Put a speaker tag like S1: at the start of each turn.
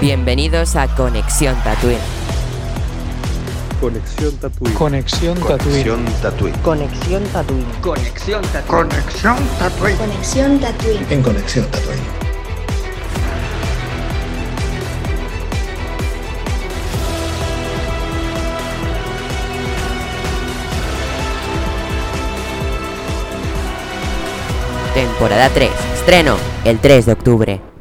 S1: Bienvenidos a Conexión Tatooine.
S2: Conexión Tatooine.
S3: Conexión Tatooine.
S4: Conexión Tatooine.
S5: Conexión Tatooine.
S6: Conexión Tatooine.
S7: Conexión Tatooine.
S8: Conexión Tatooine.
S9: En Conexión Tatooine.
S1: Temporada 3. Estreno el 3 de octubre.